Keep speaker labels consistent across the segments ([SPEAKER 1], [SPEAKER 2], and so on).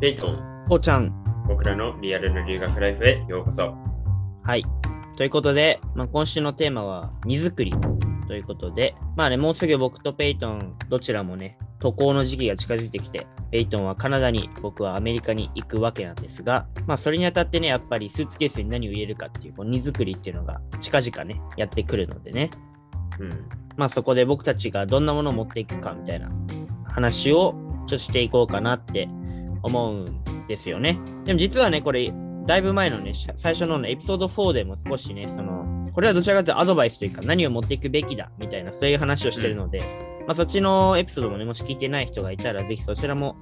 [SPEAKER 1] ペイトン、
[SPEAKER 2] こうちゃん。
[SPEAKER 1] 僕らのリアルな留学ライフへようこそ。
[SPEAKER 2] はい。ということで、まあ、今週のテーマは荷造りということで、まあね、もうすぐ僕とペイトン、どちらもね、渡航の時期が近づいてきて、ペイトンはカナダに、僕はアメリカに行くわけなんですが、まあそれにあたってね、やっぱりスーツケースに何を入れるかっていう、この荷造りっていうのが近々ね、やってくるのでね、
[SPEAKER 1] うん。
[SPEAKER 2] まあそこで僕たちがどんなものを持っていくかみたいな話をちょっとしていこうかなって思うんですよね。でも実はね、これ、だいぶ前のね、し最初のねエピソード4でも少しね、その、これはどちらかというとアドバイスというか何を持っていくべきだみたいな、そういう話をしてるので、まあそっちのエピソードもね、もし聞いてない人がいたら、ぜひそちらも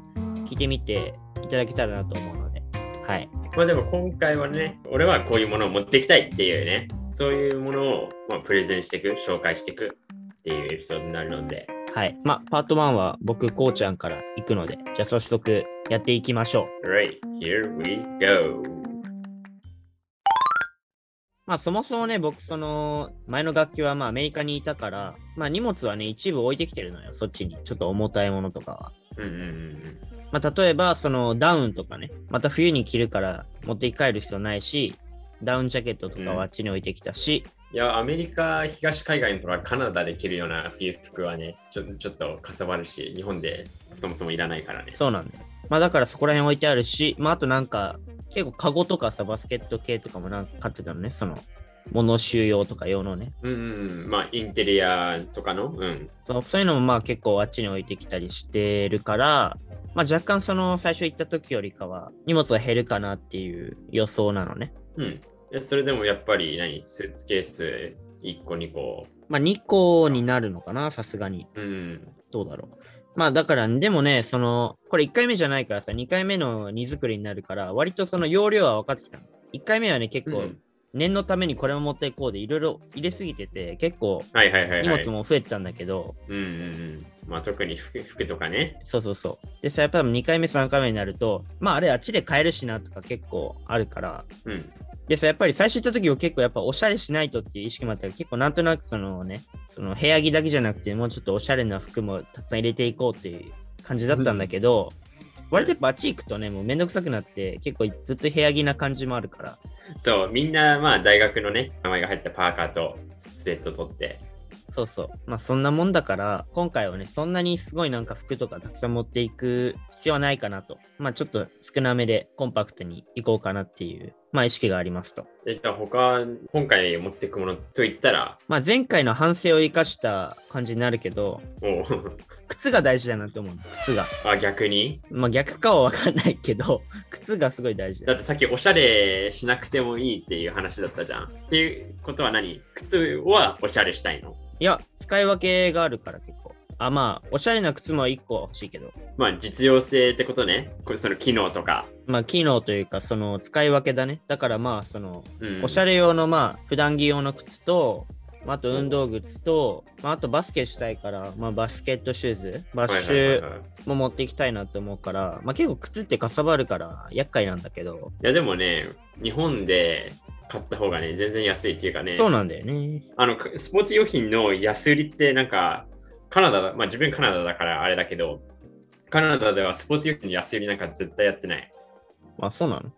[SPEAKER 2] 聞いてみていただけたらなと思うので、はい。
[SPEAKER 1] まあでも今回はね、俺はこういうものを持っていきたいっていうね、そういうものを、まあ、プレゼンしていく、紹介していくっていうエピソードになるので、
[SPEAKER 2] はい。まあ、パート1は僕、こうちゃんから行くので、じゃあ早速やっていきましょう。
[SPEAKER 1] Right, here we go!
[SPEAKER 2] まあそもそもね、僕、その、前の楽器はまあアメリカにいたから、まあ荷物はね、一部置いてきてるのよ、そっちに。ちょっと重たいものとかは。
[SPEAKER 1] うんうんうん
[SPEAKER 2] まあ例えば、そのダウンとかね、また冬に着るから持って帰る必要ないし、ダウンジャケットとかはあっちに置いてきたし、
[SPEAKER 1] うん。いや、アメリカ東海岸とかカナダで着るような冬服はね、ちょちょっとかさばるし、日本でそもそもいらないからね。
[SPEAKER 2] そうなんだよ。まあだからそこら辺置いてあるし、まああとなんか、結構カゴとかさ、バスケット系とかもなんか買ってたのね、その、物収容とか用のね。
[SPEAKER 1] うんうんうん。まあ、インテリアとかの、うん。
[SPEAKER 2] そうそういうのもまあ結構あっちに置いてきたりしてるから、まあ、若干その最初行った時よりかは荷物が減るかなっていう予想なのね。
[SPEAKER 1] うん。えそれでもやっぱり何スーツケース1個2個。
[SPEAKER 2] まあ、2個になるのかな、さすがに。
[SPEAKER 1] うん。
[SPEAKER 2] どうだろう。まあだから、でもね、その、これ1回目じゃないからさ、2回目の荷造りになるから、割とその容量は分かってきたの。1回目はね、結
[SPEAKER 1] う
[SPEAKER 2] 構
[SPEAKER 1] ん、
[SPEAKER 2] 念のためにこれを持っていこうで、いろいろ入れすぎてて、結構
[SPEAKER 1] はいはいはい、はい。
[SPEAKER 2] 荷物も増えてたんだけど、
[SPEAKER 1] うんうんうん。まあ特に服服とかね。
[SPEAKER 2] そうそうそう。でさ、やっぱり2回目、3回目になると、まああれあっちで買えるしなとか結構あるから、
[SPEAKER 1] うん。
[SPEAKER 2] でさ、やっぱり最初行った時は結構やっぱおしゃれしないとっていう意識もあったから、結構なんとなくそのね、その部屋着だけじゃなくて、もうちょっとおしゃれな服もたくさん入れていこうっていう感じだったんだけど、割とやっぱあっち行くとね、もうめんどくさくなって、結構ずっと部屋着な感じもあるから、
[SPEAKER 1] そう、みんなまあ大学のね、名前が入ったパーカーとスウェット取って。
[SPEAKER 2] そうそう。まあそんなもんだから、今回はね、そんなにすごいなんか服とかたくさん持っていく必要はないかなと。まあちょっと少なめでコンパクトに行こうかなっていう、まあ意識がありますと。
[SPEAKER 1] えじゃあ他、今回持ってくものといったら、
[SPEAKER 2] まあ前回の反省を生かした感じになるけど、
[SPEAKER 1] おう
[SPEAKER 2] 靴が大事だなって思う。靴が。
[SPEAKER 1] あ、逆に
[SPEAKER 2] まあ逆かはわかんないけど、 靴がすごい大事
[SPEAKER 1] だ
[SPEAKER 2] だ
[SPEAKER 1] ってさっきおしゃれしなくてもいいっていう話だったじゃん。っていうことは何靴はおしゃれしたいの
[SPEAKER 2] いや、使い分けがあるから結構。あ、まあ、おしゃれな靴も1個欲しいけど、
[SPEAKER 1] まあ実用性ってことね。これその機能とか。
[SPEAKER 2] まあ機能というか、その使い分けだね。だからまあ、その、
[SPEAKER 1] うん、
[SPEAKER 2] おしゃれ用のまあ、普段着用の靴と、まあ、あと運動靴と、まあ、あとバスケしたいから、まあ、バスケットシューズ、バッシ
[SPEAKER 1] はいはいはい
[SPEAKER 2] ュ
[SPEAKER 1] はい
[SPEAKER 2] も持っていきたいなと思うから、まあ結構靴ってかさばるから厄介なんだけど、
[SPEAKER 1] いやでもね、日本で買った方がね、全然安いっていうかね、
[SPEAKER 2] そうなんだよね。
[SPEAKER 1] あのかスポーツ用品の安売りってなんか、カナダだ、まあ自分カナダだからあれだけど、カナダではスポーツ用品の安売りなんか絶対やってない。
[SPEAKER 2] まあそうなの。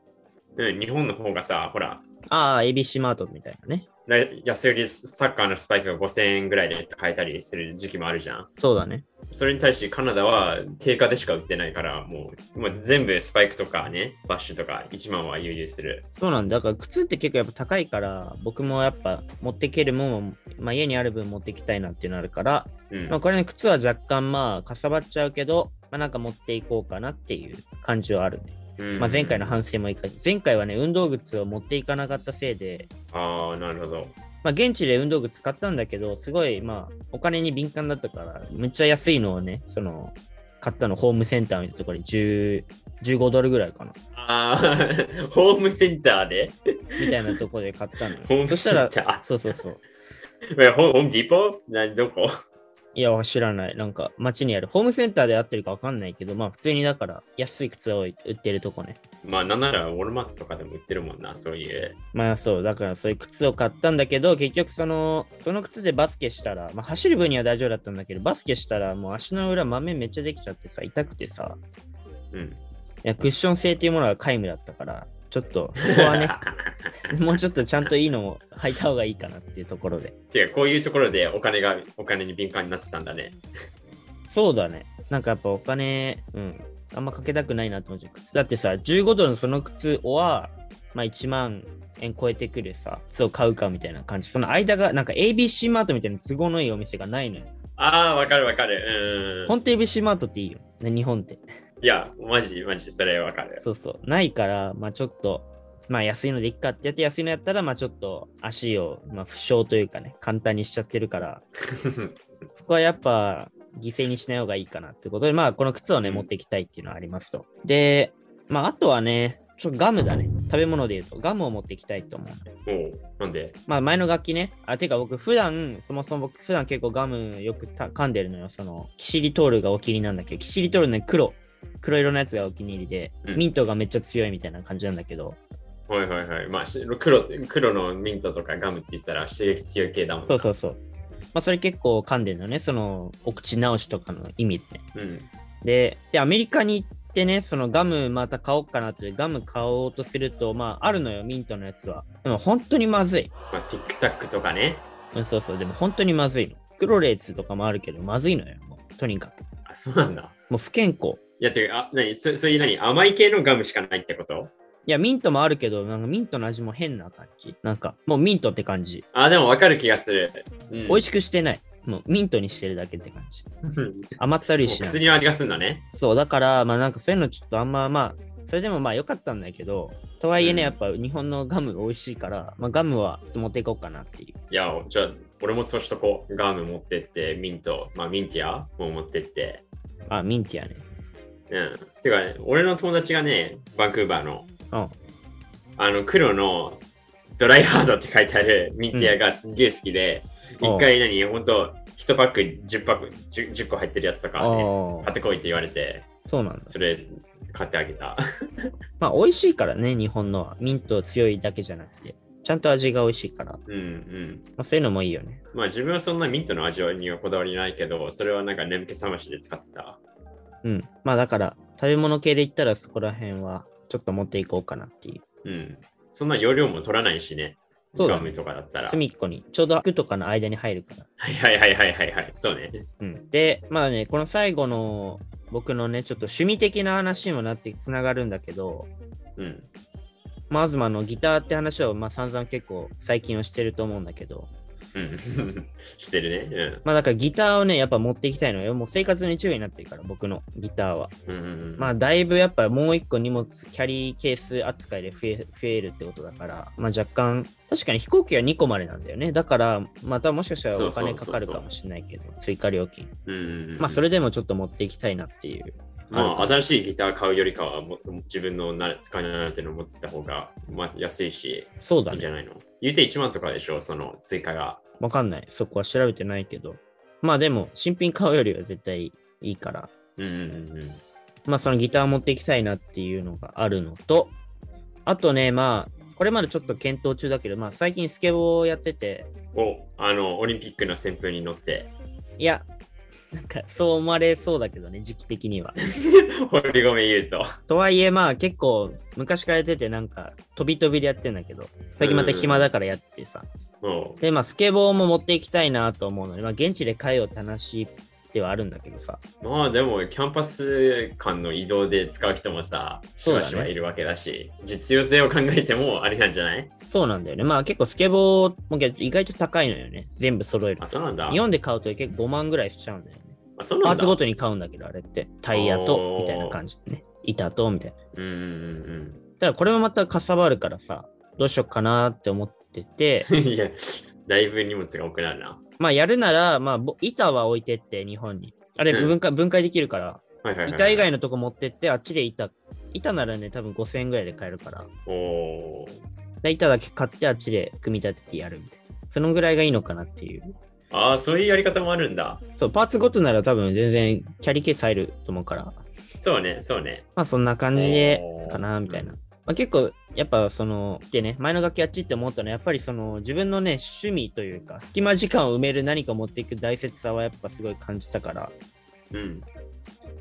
[SPEAKER 1] うん、日本の方がさ、ほら、
[SPEAKER 2] ああ、エビシマートみたいなね。
[SPEAKER 1] ら安売りサッカーのスパイクが5000円ぐらいで買えたりする時期もあるじゃん。
[SPEAKER 2] そうだね。
[SPEAKER 1] それに対してカナダは定価でしか売ってないから、もうもう全部スパイクとかね、バッシュとか1万は優遇する。
[SPEAKER 2] そうなんだ。だから靴って結構やっぱ高いから、僕もやっぱ持ってけるもんを、まあ、家にある分持ってきたいなってなるから、
[SPEAKER 1] うん
[SPEAKER 2] まあ、これね、靴は若干まあかさばっちゃうけど、まあ、なんか持っていこうかなっていう感じはあるね。
[SPEAKER 1] うん
[SPEAKER 2] まあ、前回の反省もいいか、前回はね、運動靴を持っていかなかったせいで、
[SPEAKER 1] ああ、なるほど。
[SPEAKER 2] まあ、現地で運動靴買ったんだけど、すごいまあお金に敏感だったから、めっちゃ安いのをね、その買ったのホームセンターみたいなところに10 15ドルぐらいかな。
[SPEAKER 1] ああ、ホーム センターで
[SPEAKER 2] みたいなとこで買ったのよ
[SPEAKER 1] 。ホーム
[SPEAKER 2] そし
[SPEAKER 1] セ
[SPEAKER 2] た
[SPEAKER 1] ンタ
[SPEAKER 2] ら
[SPEAKER 1] ー、
[SPEAKER 2] そうそうそう。
[SPEAKER 1] えホホームディポ何どこ
[SPEAKER 2] いや、知らない。なんか、街にある。ホームセンターで合ってるか分かんないけど、まあ、普通にだから、安い靴を売ってるとこね。
[SPEAKER 1] まあ、なんならウォルマートとかでも売ってるもんな、そういう。
[SPEAKER 2] まあ、そう、だから、そういう靴を買ったんだけど、結局、その、その靴でバスケしたら、まあ、走る分には大丈夫だったんだけど、バスケしたら、もう足の裏、豆めっちゃできちゃってさ、痛くてさ、
[SPEAKER 1] うん。
[SPEAKER 2] いやクッション性っていうものが皆無だったから、ちょっとそ こはね、もうちょっとちゃんといいのを履いた方がいいかなっていうところで。
[SPEAKER 1] てか、こういうところでお金が、お金に敏感になってたんだね。
[SPEAKER 2] そうだね。なんかやっぱお金、うん、あんまかけたくないなと思っちゃう。靴だってさ、15ドルのその靴は、まあ1万円超えてくるさ、靴を買うかみたいな感じ。その間が、なんか ABC マートみたいな都合のいいお店がないのよ。
[SPEAKER 1] ああ、わかるわかる。う
[SPEAKER 2] ほんと ABC マートっていいよ。ね、日本って。
[SPEAKER 1] ん。いや、マジマジ、それわかる。
[SPEAKER 2] そうそう。ないから、まあちょっと、まあ安いのでいっかってやって、安いのやったら、まあちょっと足を、まあ負傷というかね、簡単にしちゃってるから、そこはやっぱ犠牲にしない方がいいかなってことで、まあこの靴をね、
[SPEAKER 1] うん
[SPEAKER 2] 持っていきたいっていうのはありますと。で、まああとはね、ちょっとガムだね。食べ物で言うと、ガムを持っていきたいと思う。
[SPEAKER 1] おうなんで
[SPEAKER 2] まあ前の楽器ね。あ、てか僕普段、そもそも僕普段結構ガムよくた噛んでるのよ。その、キシリトールがお気に入りなんだけど、キシリトールね、黒。黒色のやつがお気に入りで、
[SPEAKER 1] うん
[SPEAKER 2] ミントがめっちゃ強いみたいな感じなんだけど、
[SPEAKER 1] はいはいはい。まあ、し黒黒のミントとかガムって言ったら刺激強い系だもん。
[SPEAKER 2] そうそうそう。まあそれ結構噛んでるのね、そのお口直しとかの意味でね。
[SPEAKER 1] うん。
[SPEAKER 2] で、でアメリカに行ってね、そのガムまた買おうかなって、ガム買おうとすると、まああるのよ、ミントのやつは。でも本当にまずい。
[SPEAKER 1] まあ、ティックタックとかね。
[SPEAKER 2] うん、そうそう、でも本当にまずいの。黒レーツとかもあるけど、まずいのよ、もうとにかく。
[SPEAKER 1] あ、そうなんだ。
[SPEAKER 2] もう不健康。
[SPEAKER 1] いや、てか、あ、なに、そそういう何甘い系のガムしかないってこと
[SPEAKER 2] いや、ミントもあるけど、なんかミントの味も変な感じ。なんか、もうミントって感じ。
[SPEAKER 1] あ、でもわかる気がする。うん、
[SPEAKER 2] 美味
[SPEAKER 1] し
[SPEAKER 2] しくしてない。もうミントにしてるだけって感じ。
[SPEAKER 1] い。
[SPEAKER 2] 甘ったりしない。
[SPEAKER 1] 薬の味がするんだね。
[SPEAKER 2] そう、だから、まあなんかそういうのちょっとあんままあ、それでもまあ良かったんだけど、とはいえね、
[SPEAKER 1] うん
[SPEAKER 2] やっぱ日本のガムが美味しいから、まあガムは持っていこうかなっていう。
[SPEAKER 1] いや、じゃあ、俺もそうしとこう。ガム持ってって、ミント、まあ、ミンティアも持ってって。
[SPEAKER 2] あ、ミンティアね。
[SPEAKER 1] うん。てか、ね、俺の友達がね、バンクーバーの、
[SPEAKER 2] うん。
[SPEAKER 1] あの、黒のドライハードって書いてあるミンティアがすっげえ好きで、
[SPEAKER 2] うん
[SPEAKER 1] 一、回何、ほんと、1パック10パック、10, 10個入ってるやつと
[SPEAKER 2] あ
[SPEAKER 1] か
[SPEAKER 2] あ
[SPEAKER 1] ね、買っ
[SPEAKER 2] ー、
[SPEAKER 1] てこいって言われて、
[SPEAKER 2] そうなんだ。
[SPEAKER 1] それ買ってあげた。
[SPEAKER 2] まあ美味しいからね、日本のは。ミント強いだけじゃなくて、ちゃんと味が美味しいから、ま
[SPEAKER 1] うんうん。
[SPEAKER 2] あ、そういうのもいいよね。
[SPEAKER 1] まあ自分はそんなミントの味にはこだわりないけど、それはなんか眠気覚ましで使ってた。
[SPEAKER 2] うん。まあだから、食べ物系で言ったらそこら辺はちょっと持っていこうかなっていう。
[SPEAKER 1] うん。そんな容量も取らないしね。
[SPEAKER 2] そうだね
[SPEAKER 1] ガムとかだったら。
[SPEAKER 2] 隅っこに、ちょうど服とかの間に入るから。
[SPEAKER 1] はいはいはいはいはいはい。そうね。
[SPEAKER 2] うん、で、まあね、この最後の僕のね、ちょっと趣味的な話にもなってつながるんだけど、
[SPEAKER 1] うん。
[SPEAKER 2] まあ、東のギターって話は、まあ、散々結構最近はしてると思うんだけど、
[SPEAKER 1] うん。 してるね。
[SPEAKER 2] まあ、だからギターをね、やっぱ持っていきたいのよ。もう生活の一部になってるから、僕のギターは。
[SPEAKER 1] うん。うんうんうん。
[SPEAKER 2] まあ、だいぶやっぱもう一個荷物、キャリーケース扱いで増え増えるってことだから、まあ、若干、確かに飛行機は2個までなんだよね。だから、またもしかしたらお金かかるかもしれないけど、追加料金。
[SPEAKER 1] うんうんうん
[SPEAKER 2] まあ、それでもちょっと持っていきたいなっていう。
[SPEAKER 1] まあ、新しいギター買うよりかは、もっと自分のな使い慣れてるの持ってた方が、まあ、安いし、
[SPEAKER 2] そうだ
[SPEAKER 1] いいん
[SPEAKER 2] ね
[SPEAKER 1] じ。ゃないの言うて1万とかでしょ、その追加が。
[SPEAKER 2] わかんない。そこは調べてないけど。まあでも、新品買うよりは絶対いいから。
[SPEAKER 1] うんうんうん。
[SPEAKER 2] まあそのギター持っていきたいなっていうのがあるのと、あとね、まあ、これまでちょっと検討中だけど、まあ最近スケボーをやってて、
[SPEAKER 1] お、あの、オリンピックの旋風に乗って、
[SPEAKER 2] いや、なんかそう思われそうだけどね、時期的には。
[SPEAKER 1] 堀米優斗。
[SPEAKER 2] とはいえまあ結構昔からやっててなんか飛び飛びでやってんだけど、最近また暇だからやってさ。
[SPEAKER 1] お
[SPEAKER 2] でまあスケボーも持っていきたいなと思うので、まあ現地で買えよって話ではあるんだけどさ。
[SPEAKER 1] まあでも、キャンパス間の移動で使う人もさ、し
[SPEAKER 2] そうだ
[SPEAKER 1] ば
[SPEAKER 2] ね
[SPEAKER 1] しばいるわけだし、実用性を考えてもあれなんじゃない
[SPEAKER 2] そうなんだよね。まあ結構スケボーもけど意外と高いのよね。全部揃える
[SPEAKER 1] あ、
[SPEAKER 2] と。
[SPEAKER 1] そうなんだ。
[SPEAKER 2] 日本で買うと結構5万ぐらいしちゃうんだよね。
[SPEAKER 1] あ、そう
[SPEAKER 2] パ
[SPEAKER 1] な
[SPEAKER 2] ー
[SPEAKER 1] ん
[SPEAKER 2] ツ
[SPEAKER 1] だ。
[SPEAKER 2] ごとに買うんだけど、あれって。タイヤと
[SPEAKER 1] おー、
[SPEAKER 2] みたいな感じでね。板と、みたいな。
[SPEAKER 1] うんうん
[SPEAKER 2] ただこれもまたかさばるからさ、どうしようかなって思ってて、
[SPEAKER 1] うん。 いや、だいぶ荷物が多くなるな。
[SPEAKER 2] まあやるなら、まあぼ板は置いてって、日本に。あれ
[SPEAKER 1] うん
[SPEAKER 2] 分解、分解できるから、
[SPEAKER 1] はいはいはい。
[SPEAKER 2] 板以外のとこ持ってって、あっちで板、板ならね、多分5000円ぐらいで買えるから、
[SPEAKER 1] おー
[SPEAKER 2] で板だけ買ってあっちで組み立ててやるみたいな。そのぐらいがいいのかなっていう。
[SPEAKER 1] ああ、そういうやり方もあるんだ。
[SPEAKER 2] そう、パーツごとなら多分全然キャリケース入ると思うから、
[SPEAKER 1] そうね、そうね。
[SPEAKER 2] まあそんな感じで
[SPEAKER 1] おー
[SPEAKER 2] かな、みたいな。
[SPEAKER 1] う
[SPEAKER 2] まあ、結構、やっぱその、でね、前の楽器あっちって思ったのは、やっぱりその自分のね、趣味というか、隙間時間を埋める何かを持っていく大切さはやっぱすごい感じたから、
[SPEAKER 1] うん。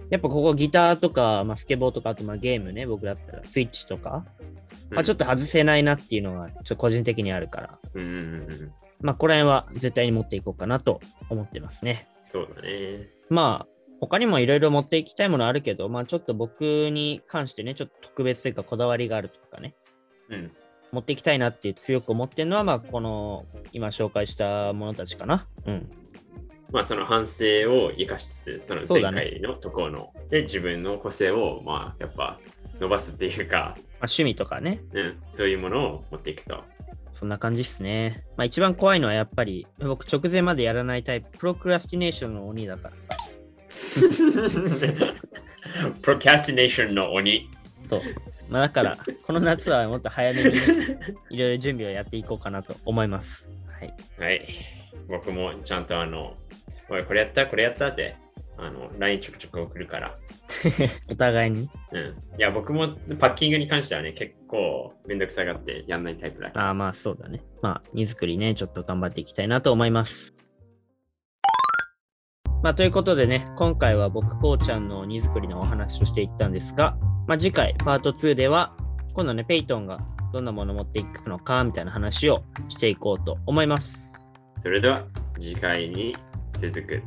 [SPEAKER 2] やっぱここギターとか、まあ、スケボーとか、あとまあゲームね、僕だったらスイッチとか、まあ、ちょっ
[SPEAKER 1] と。
[SPEAKER 2] と外せないなっていうのが、ちょっと個人的にあるから、
[SPEAKER 1] うんうんうん。
[SPEAKER 2] まあ、これは絶対に持っていこうかなと思ってますね。
[SPEAKER 1] そうだね。
[SPEAKER 2] まあ、他にもいろいろ持っていきたいものあるけど、まあ、ちょっと僕に関してね、ちょっと特別というかこだわりがあるとかね、
[SPEAKER 1] うん。
[SPEAKER 2] 持っていきたいなって強く思ってるのは、まあ、この今紹介したものたちかな。うん。
[SPEAKER 1] まあその反省を生かしつつ、その
[SPEAKER 2] そ
[SPEAKER 1] 前
[SPEAKER 2] うだね
[SPEAKER 1] 回のところの、で自分の個性をまあやっぱ伸ばすっていうか、
[SPEAKER 2] まあ、趣味とかね、
[SPEAKER 1] うん、そういうものを持っていく と。
[SPEAKER 2] そんな感じですね。まあ、一番怖いのはやっぱり、僕直前までやらないタイプ、プロクラスティネーションの鬼だからさ。
[SPEAKER 1] プロキャスティネーションの鬼。
[SPEAKER 2] そう。まあ、だから、この夏はもっと早めにね、いろいろ準備をやっていこうかなと思います。はい。
[SPEAKER 1] はい。僕もちゃんとあの、おい、これやったこれやったって、あの、LINE ちょくちょく送るから。
[SPEAKER 2] お互いに。
[SPEAKER 1] うん。いや、僕もパッキングに関してはね、結構めんどくさがってやんないタイプだから。
[SPEAKER 2] ああ、まあそうだね。まあ、荷造りね、ちょっと頑張っていきたいなと思います。まあ、ということでね、今回は僕、こうちゃんの荷造りのお話をしていったんですが、まあ、次回、パート2では、今度ね、ペイトンがどんなものを持っていくのか、みたいな話をしていこうと思います。
[SPEAKER 1] それでは、次回に続く。